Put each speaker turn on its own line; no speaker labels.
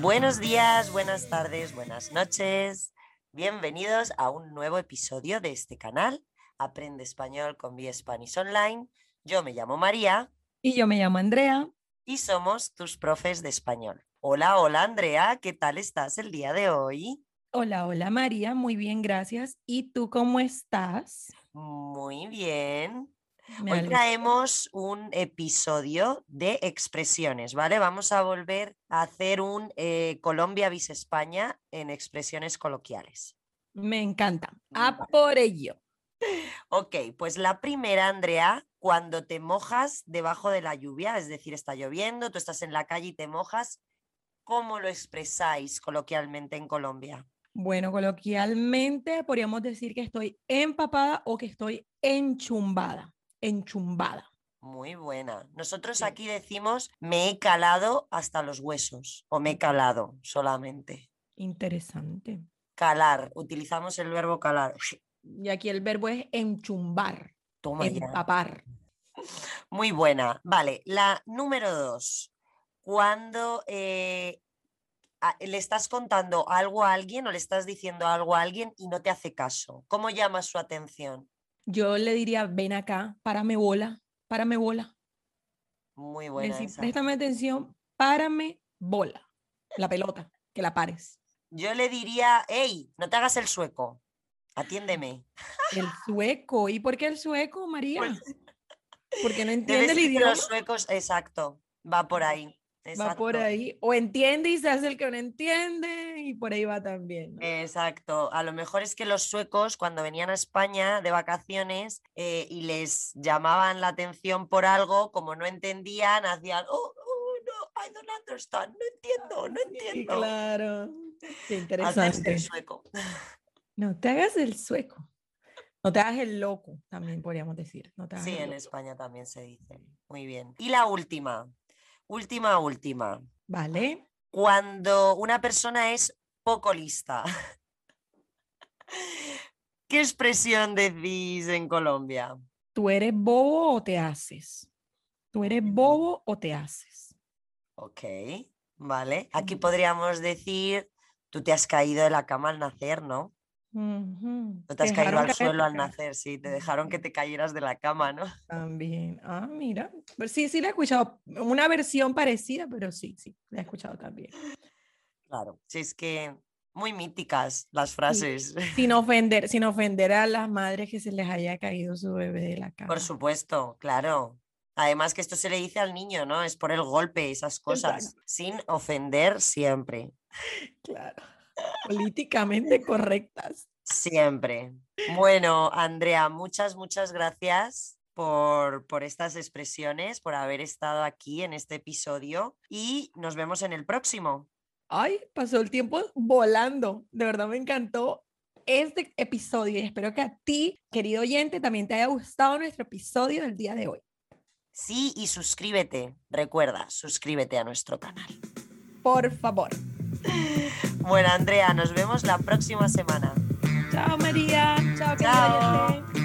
Buenos días, buenas tardes, buenas noches. Bienvenidos a un nuevo episodio de este canal, Aprende Español con Be Spanish Online. Yo me llamo María
Y yo me llamo Andrea.
y somos tus profes de español. Hola, hola Andrea, ¿qué tal estás el día de hoy?
Hola, hola María, muy bien, gracias. ¿Y tú cómo estás?
Muy bien.
Me
Hoy
alegro.
traemos un episodio de expresiones, ¿vale? Vamos a volver a hacer un eh, Colombia vis España en expresiones coloquiales.
Me encanta.
Vale.
A por ello.
Ok, pues la primera, Andrea, cuando te mojas debajo de la lluvia, es decir, está lloviendo, tú estás en la calle y te mojas, ¿cómo lo expresáis coloquialmente en Colombia?
Bueno, coloquialmente podríamos decir que estoy empapada o que estoy enchumbada. Enchumbada.
Muy buena. Nosotros
Sí.
aquí decimos me he calado hasta los huesos o me he calado solamente.
Interesante.
Calar, utilizamos el verbo calar.
Y aquí el verbo es enchumbar,
Toma ya.
empapar.
Muy buena. Vale, la número dos. Cuando eh, a- le estás contando algo a alguien o le estás diciendo algo a alguien y no te hace caso, ¿cómo llamas su atención?
Yo le diría, ven acá, párame bola, párame bola.
Muy
Es
buena
decir,
esa.
préstame atención, párame bola. La pelota, que la pares.
Yo le diría, hey, no te hagas el sueco, atiéndeme.
El sueco. ¿Y por qué el sueco, María?
Pues
Porque no
Debe
entiende el
ser que
idioma.
los suecos, exacto, va por ahí.
Va por
exacto.
ahí. O entiende y se hace el que no entiende. Y por ahí va también.
Eh,
¿no?
Exacto. A lo mejor es que los suecos cuando venían a España de vacaciones eh, y les llamaban la atención por algo, como no entendían, hacían, oh, oh, no, I don't understand, no entiendo, no
Sí,
entiendo.
claro. Qué
Hacerse
interesante.
el sueco.
No te hagas el sueco. No te hagas el loco, también podríamos decir. No te hagas
Sí,
el
en
loco.
España también se dice. Muy bien. Y la última, última, última.
Vale.
Cuando una persona es poco lista. ¿Qué expresión decís en Colombia?
¿Tú eres bobo o te haces? ¿Tú eres
Ujú.
bobo o te haces?
Ok, vale. Aquí
Mm.
podríamos decir, tú te has caído de la cama al nacer, ¿no?
Ujú.
No te has caído
dejaron
al
caer
suelo
la
al
cara.
nacer, sí, te dejaron que te cayeras de la cama, ¿no?
También. Ah, mira. Pero sí, sí la he escuchado. Una versión parecida, pero sí, sí, la he escuchado también.
Claro. Si es que muy míticas las frases,
Sin ofender, sin ofender a las madres que se les haya caído su bebé de la cama.
por supuesto, claro. Además que esto se le dice al niño, ¿no? Es por el golpe, esas cosas,
Exacto.
sin ofender siempre,
Claro. Políticamente correctas.
siempre. Bueno, Andrea, muchas, muchas gracias. Por, por estas expresiones, por haber estado aquí en este episodio y nos vemos en el próximo.
Ay, pasó el tiempo volando. De verdad me encantó este episodio y espero que a ti, querido oyente, también te haya gustado nuestro episodio del día de hoy.
Sí, y suscríbete. Recuerda, suscríbete a nuestro canal.
Por favor.
Bueno, Andrea, nos vemos la próxima semana.
Chao, María. Chao, querido
Chao.
oyente.